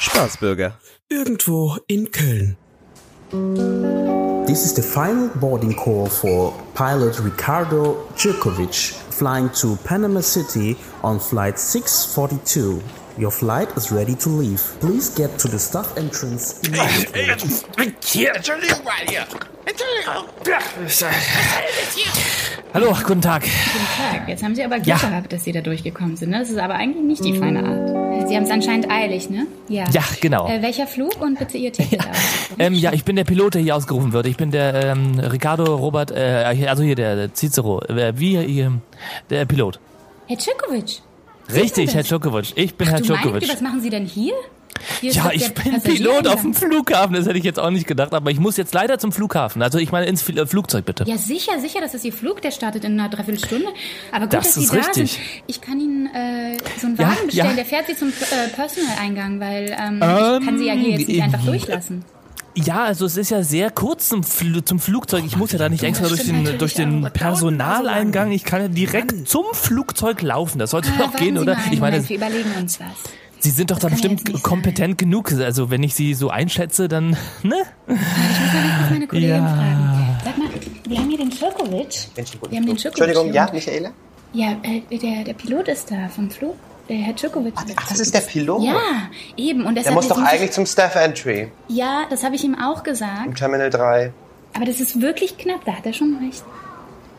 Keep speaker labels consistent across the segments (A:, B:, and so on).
A: Staatsbürger.
B: Irgendwo in Köln.
C: This is the final boarding call for pilot Ricardo Djokovic flying to Panama City on flight 642. Your flight is ready to leave. Please get to the staff entrance immediately.
D: Hier, Entschuldigung mal hier. Entschuldigung.
E: Hallo, guten Tag.
F: Tag. Jetzt haben Sie aber Glück
E: Ja.
F: gehabt, dass Sie da durchgekommen sind. Ne? Das ist aber eigentlich nicht die feine Art. Sie haben es anscheinend eilig, ne?
E: Ja, genau.
F: Äh, welcher Flug und bitte Ihr Ticket aus?
E: Ähm, ja, ich bin der Pilot, der hier ausgerufen wird. Ich bin der ähm, Ricardo Robert, äh, also hier der Cicero. Äh, wie ähm, der Pilot.
F: Herr Tschikovic.
E: Richtig,
F: das?
E: Herr Djokovic. Ich bin Herr
F: du meine Güte,
E: Djokovic.
F: was machen Sie denn hier? hier ist
E: Ja,
F: doch
E: ich
F: der
E: bin
F: Passagier-
E: Pilot auf dem Flughafen. Das hätte ich jetzt auch nicht gedacht. Aber ich muss jetzt leider zum Flughafen. Also ich meine ins Fl- äh, Flugzeug bitte.
F: Ja, sicher, sicher, das ist Ihr Flug, der startet in einer Dreiviertelstunde. Aber gut,
E: Das
F: dass
E: ist
F: Sie
E: richtig.
F: da sind. Ich kann Ihnen äh, so einen
E: Ja,
F: Wagen bestellen,
E: ja.
F: der fährt Sie zum äh, Personal-Eingang, weil ähm,
E: Ähm,
F: ich kann Sie ja hier jetzt nicht einfach
E: äh,
F: durchlassen.
E: Ja, also es ist ja sehr kurz zum, Fl zum Flugzeug. Ich muss ja da nicht extra durch
F: stimmt
E: den,
F: natürlich
E: durch
F: auch.
E: den
F: Das
E: Personaleingang. Ich kann ja direkt zum Flugzeug laufen. Das sollte
F: Ah,
E: doch
F: warten
E: gehen,
F: Sie
E: oder?
F: mal einen
E: Ich meine,
F: Moment, wir überlegen uns was.
E: Sie sind doch da
F: kann ja
E: bestimmt
F: jetzt nicht
E: kompetent genug. Also wenn ich Sie so einschätze, dann, ne?
F: Ich muss mal wenigstens meine Kollegin
E: Ja.
F: fragen. Sag mal, wir haben hier den Schirkowitsch. Wir haben den Schirkowitsch.
D: Entschuldigung,
F: hier.
D: ja, Michaela?
F: Ja, äh, der, der Pilot ist da vom Flug. Der Herr Tschirkowitsch.
D: Ach, das ist der Pilot.
F: Ja, eben. Und
D: Der
F: deshalb
D: muss doch
F: sind Sie-
D: eigentlich zum Staff Entry
F: Ja, das habe ich ihm auch
D: im
F: gesagt.
D: Terminal 3.
F: Aber das ist wirklich knapp, da hat er schon recht.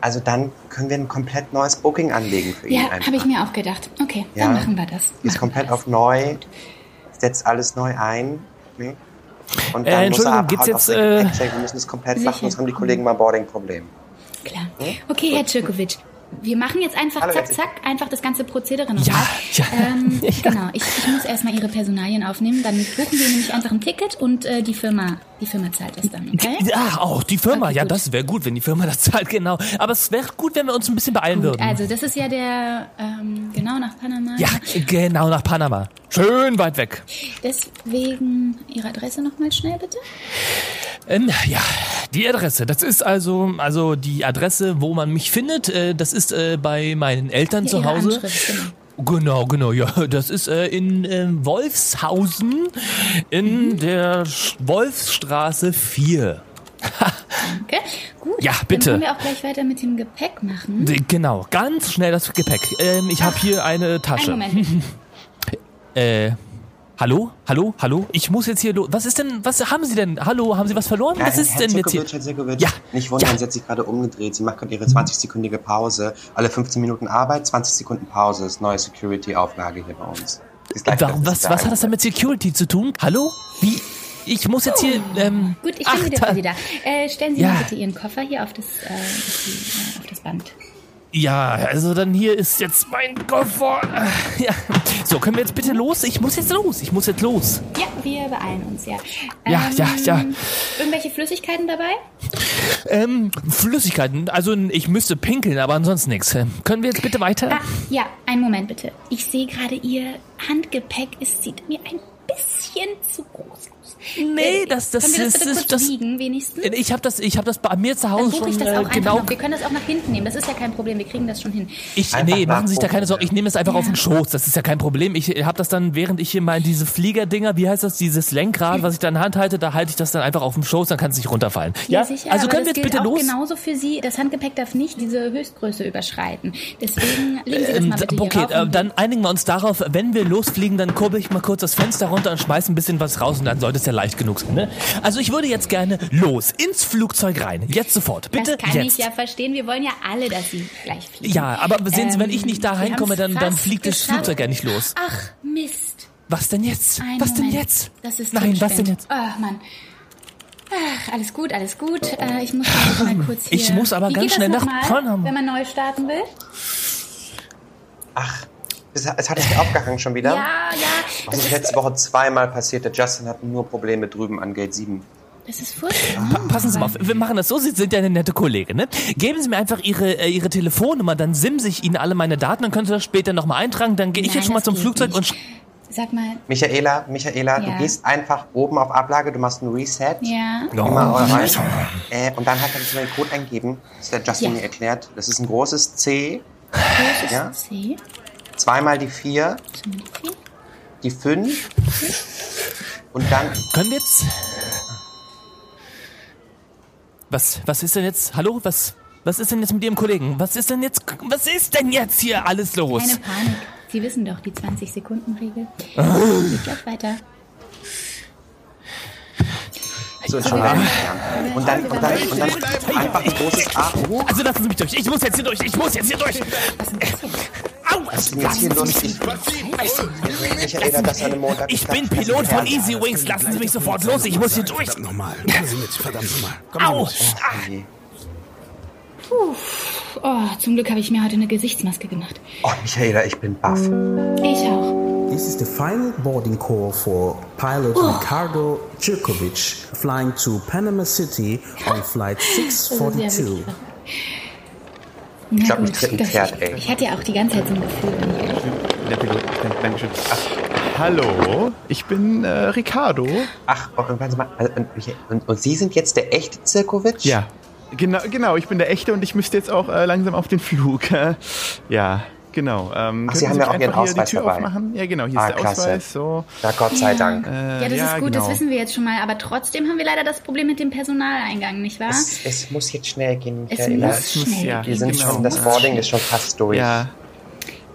D: Also dann können wir ein komplett neues Booking anlegen für ihn
F: Ja,
D: einfach.
F: habe ich mir auch gedacht. Okay,
D: Ja.
F: dann machen wir das. Machen
D: Ist
F: wir
D: komplett
F: das.
D: auf neu, setzt alles neu ein. Ne? Und
E: Äh, Entschuldigung, geht's jetzt, äh,
D: Äh, wir müssen es komplett machen,
F: sicher.
D: sonst haben die Kollegen mal ein Boarding-Problem.
F: Klar. Okay, Herr Tschirkowitsch. Wir machen jetzt einfach
D: Hm? Hallo,
F: zack,
D: Jessie.
F: zack, einfach das ganze Prozedere nochmal.
E: Ja, ja.
F: Ähm, Genau, ich, ich muss erstmal Ihre Personalien aufnehmen, dann buchen wir nämlich einfach ein Ticket und äh, die Firma, die Firma zahlt das dann, okay?
E: Ja, auch die Firma.
F: Okay,
E: ja,
F: gut.
E: das wäre gut, wenn die Firma das zahlt, genau. Aber es wäre gut, wenn wir uns ein bisschen beeilen
F: Gut,
E: würden.
F: also das ist ja der, ähm, genau nach Panama.
E: ja, genau nach Panama. Schön weit weg.
F: Deswegen Ihre Adresse nochmal schnell bitte.
E: Ähm, ja, die Adresse. Das ist also, also die Adresse, wo man mich findet. Äh, das ist äh, bei meinen Eltern
F: Ja,
E: zu
F: Ihre
E: Hause.
F: Anschrift, genau.
E: Genau, genau, ja. Das ist äh, in äh, Wolfshausen
F: Mhm.
E: in der Sch- Wolfsstraße 4.
F: Okay, gut.
E: Ja, bitte.
F: Dann können wir auch gleich weiter mit dem Gepäck machen.
E: D- Genau, ganz schnell das Gepäck. Ähm, ich habe hier eine Tasche.
F: Einen Moment.
E: Äh, hallo? Hallo? Hallo? Ich muss jetzt hier los. Was ist denn, was haben Sie denn? Hallo, haben Sie was verloren? was
D: Nein,
E: ist
D: Herr
E: denn jetzt hier?
D: Zuckerwitsch, Herr Zuckerwitsch,
E: Ja,
D: Nicht wundern,
E: ja.
D: sie hat sich gerade umgedreht. Sie macht gerade ihre 20-sekündige Pause. Alle 15 Minuten Arbeit, 20 Sekunden Pause. Ist neue Security-Auflage hier bei uns. Sie Ist gleich
E: Warum,
D: wieder
E: was,
D: da.
E: was hat das denn mit Security zu tun? Hallo? Wie? Ich muss jetzt hier, ähm,
F: Oh. Gut, ich
E: ach,
F: bin wieder
E: da-
F: für Sie da. Äh, stellen Sie
E: Ja.
F: mal bitte Ihren Koffer hier auf das, äh, auf die, äh, auf das Band.
E: Ja, also dann hier ist jetzt mein Koffer. Ja. So, können wir jetzt bitte los? Ich muss jetzt los. Ich muss jetzt los.
F: Ja, wir beeilen uns, ja. Ähm,
E: Ja, ja, ja.
F: Irgendwelche Flüssigkeiten dabei?
E: Ähm, Flüssigkeiten. Also ich müsste pinkeln, aber ansonsten nichts. Können wir jetzt bitte weiter?
F: Ah, ja, einen Moment bitte. Ich sehe gerade, Ihr Handgepäck ist, sieht mir ein bisschen zu groß aus. Äh,
E: Nee, das- das
F: Können wir das
E: ist-
F: bitte
E: ist-
F: kurz
E: das-
F: wiegen, wenigstens?
E: Ich habe das, ich habe das bei mir zu
F: Dann
E: Hause
F: buche
E: schon
F: ich das auch
E: äh,
F: einfach
E: genau.
F: noch. Wir können das auch nach hinten nehmen. Das ist ja kein Problem. Wir kriegen das schon hin.
E: Ich,
D: Einfach
E: nee, machen Sie sich da
D: nachgucken.
E: keine Sorgen. Ich nehme es einfach auf den Schoß. Das ist ja kein Problem. Ich habe das dann, während ich hier mal diese Fliegerdinger, wie heißt das, dieses Lenkrad, was ich da in der Hand halte, da halte ich das dann einfach auf dem Schoß. Dann kann es nicht runterfallen. Ja,
F: sicher,
E: also
F: aber
E: können
F: das
E: wir jetzt
F: gilt
E: bitte
F: auch genau
E: los?
F: genauso für Sie. Das Handgepäck darf nicht diese Höchstgröße überschreiten. Deswegen legen Sie das
E: Ähm,
F: mal bitte hier
E: okay,
F: rauf
E: äh,
F: und-
E: dann einigen wir uns darauf, wenn wir losfliegen, dann kurbel ich mal kurz das Fenster runter und schmeiß ein bisschen was raus und dann sollte es ja leicht genug sein. Ne? Also ich würde jetzt gerne los, ins Flugzeug rein, jetzt sofort, bitte
F: Das kann
E: jetzt.
F: ich ja verstehen. Wir wollen ja alle, dass sie gleich fliegen.
E: Ja, aber sehen Sie, wenn ich nicht da
F: wir
E: reinkomme, dann-
F: Ähm, haben's
E: dann
F: fast
E: fliegt das
F: geschafft.
E: Flugzeug ja nicht los.
F: Ach, Mist.
E: was denn jetzt?
F: Einen
E: was
F: Moment.
E: denn jetzt?
F: Das ist
E: Nein, was
F: Zündspend.
E: denn jetzt?
F: Ach, Mann. Ach, alles gut, alles gut. Äh, ich muss jetzt mal kurz hier...
E: Ähm, Ich muss aber
F: Wie
E: ganz
F: geht
E: schnell
F: das
E: nach
F: nochmal,
E: Panama.
F: Wenn man neu starten will?
D: Ach, es hat, es hat sich aufgehangen schon wieder.
F: Ja, ja.
D: Das
F: Das
D: ist
F: ist,
D: letzte Woche zweimal passiert. Der Justin hat nur Probleme drüben an Gate 7.
F: das ist furchtbar.
E: Passen Sie mal auf, wir machen das so, Sie sind ja eine nette Kollegin, ne? Geben Sie mir einfach Ihre, äh, Ihre Telefonnummer, dann simse ich Ihnen alle meine Daten, dann können Sie das später nochmal eintragen, dann gehe ich
F: Nein,
E: jetzt schon mal
F: das
E: zum
F: geht
E: Flugzeug
F: nicht.
E: und... sch-
F: Sag mal,
D: Michaela, Michaela,
F: Ja.
D: du gehst einfach oben auf Ablage, du machst einen Reset.
F: ja.
D: Immer rein. Äh, und dann halt kannst du den Code eingeben, das hat der Justin
F: Ja.
D: mir erklärt. Das ist ein großes C,
F: Groß ist
D: Ja.
F: C.
D: zweimal die 4,
F: Zumindest.
D: die 5 Und dann,
E: Können wir jetzt? Was, was ist denn jetzt? Hallo? Was, was ist denn jetzt mit Ihrem Kollegen? Was ist denn jetzt? Was ist denn jetzt hier alles los?
F: Keine Panik. Sie wissen doch die 20-Sekunden-Regel. Ich glaube weiter.
D: so Entschuldigung, ja. und dann, und dann, und dann einfach ein großes A. Oh,
E: Also lassen Sie mich durch. Ich muss jetzt hier durch. Ich muss jetzt hier durch.
F: Was ist das denn?
E: Au!
D: was ist denn jetzt hier los? Ich, ich erinnere das an den Montag.
E: Ich bin Pilot von Easy Wings. Lassen Sie mich sofort los. Ich muss hier durch.
B: Verdammt nochmal. Kommen Sie mit, verdammt nochmal. Kommen Sie
E: Au!
B: mit.
F: Oh, zum Glück habe ich mir heute eine Gesichtsmaske gemacht.
D: Oh, Michaela, ich bin baff.
F: Ich auch.
C: This is the final boarding call for pilot Ricardo Djokovic flying to Panama City on flight
F: Das ist ja
C: 642.
F: wirklich verrückt. Na
D: glaub, mich
F: gut,
D: tritt ein
F: das-
D: Pferd, ey.
F: Ich hatte ja auch die ganze Zeit so ein Gefühl. wenn ich ehrlich bin.
A: Der Pilot, der Mensch. Ach, hallo, ich bin äh, Ricardo.
D: Ach, oh, warten Sie mal. Also, Und, Michael- und, und Sie sind jetzt der echte Zirkovic?
A: Genau, genau, ich bin der Echte und ich müsste jetzt auch äh, langsam auf den Flug. Äh, ja, genau. Ähm,
D: Ach, Sie
A: könnten
D: haben ja auch Ihren
A: mich einfach hier
D: Ausweis
A: die Tür
D: dabei.
A: aufmachen? Ja, genau, hier
D: Ah,
A: ist der
D: klasse.
A: Ausweis. So.
D: Na Gott sei Dank.
A: Äh,
F: Ja, das
A: ja,
F: ist gut,
A: genau.
F: das wissen wir jetzt schon mal. Aber trotzdem haben wir leider das Problem mit dem Personaleingang, nicht wahr?
D: Es, es muss jetzt schnell gehen,
F: Es
D: Michaela.
F: muss
A: muss-
F: schnell
A: ja,
F: gehen.
D: Wir sind
A: Genau.
D: schon, das Boarding ist schon fast durch.
A: Ja.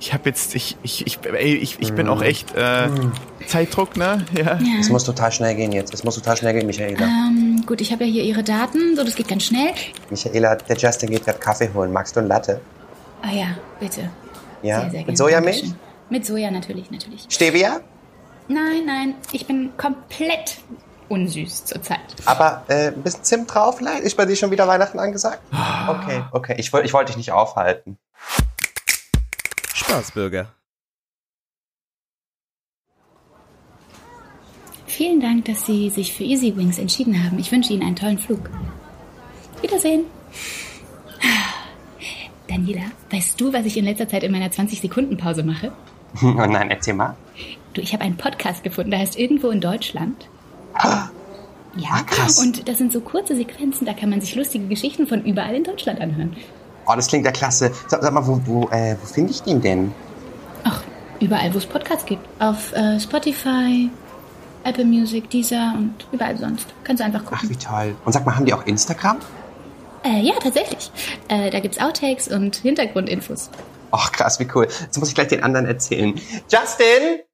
A: Ich habe jetzt, ich, ich, ich, ey, ich, ich
D: Mhm.
A: bin auch echt äh, Zeitdruck, ne? Ja.
D: Es muss total schnell gehen jetzt. Es muss total schnell gehen, Michaela.
F: Ähm, gut, ich habe ja hier Ihre Daten. So, das geht ganz schnell.
D: Michaela, der Justin geht gerade Kaffee holen. Magst du eine Latte?
F: Ah ja, bitte. Sehr,
D: Ja?
F: sehr gerne.
D: Mit Sojamilch?
F: Dankeschön. Mit Soja natürlich, natürlich.
D: Stevia?
F: Nein, nein, ich bin komplett unsüß zurzeit.
D: Aber äh, ein bisschen Zimt drauf vielleicht? Ist bei dir schon wieder Weihnachten angesagt?
A: Ah.
D: Okay, okay. Ich, woll- ich wollte dich nicht aufhalten.
G: Spaßbürger.
F: Vielen Dank, dass Sie sich für Easy Wings entschieden haben. Ich wünsche Ihnen einen tollen Flug. Wiedersehen. Daniela, weißt du, was ich in letzter Zeit in meiner 20-Sekunden-Pause mache?
D: Oh nein, erzähl mal.
F: Du, ich habe einen Podcast gefunden, der heißt Irgendwo in Deutschland. Ja,
D: Ah, krass.
F: Und das sind so kurze Sequenzen, da kann man sich lustige Geschichten von überall in Deutschland anhören.
D: Oh, das klingt ja klasse. Sag, sag mal, wo, wo, äh, wo finde ich den denn?
F: Ach, überall, wo es Podcasts gibt. Auf äh, Spotify, Apple Music, Deezer und überall sonst. Kannst du einfach
D: Ach,
F: gucken.
D: wie toll. Und sag mal, haben die auch Instagram?
F: Äh, ja, tatsächlich. Äh, da gibt's Outtakes und Hintergrundinfos.
D: Ach, krass, wie cool. Jetzt muss ich gleich den anderen erzählen. Justin!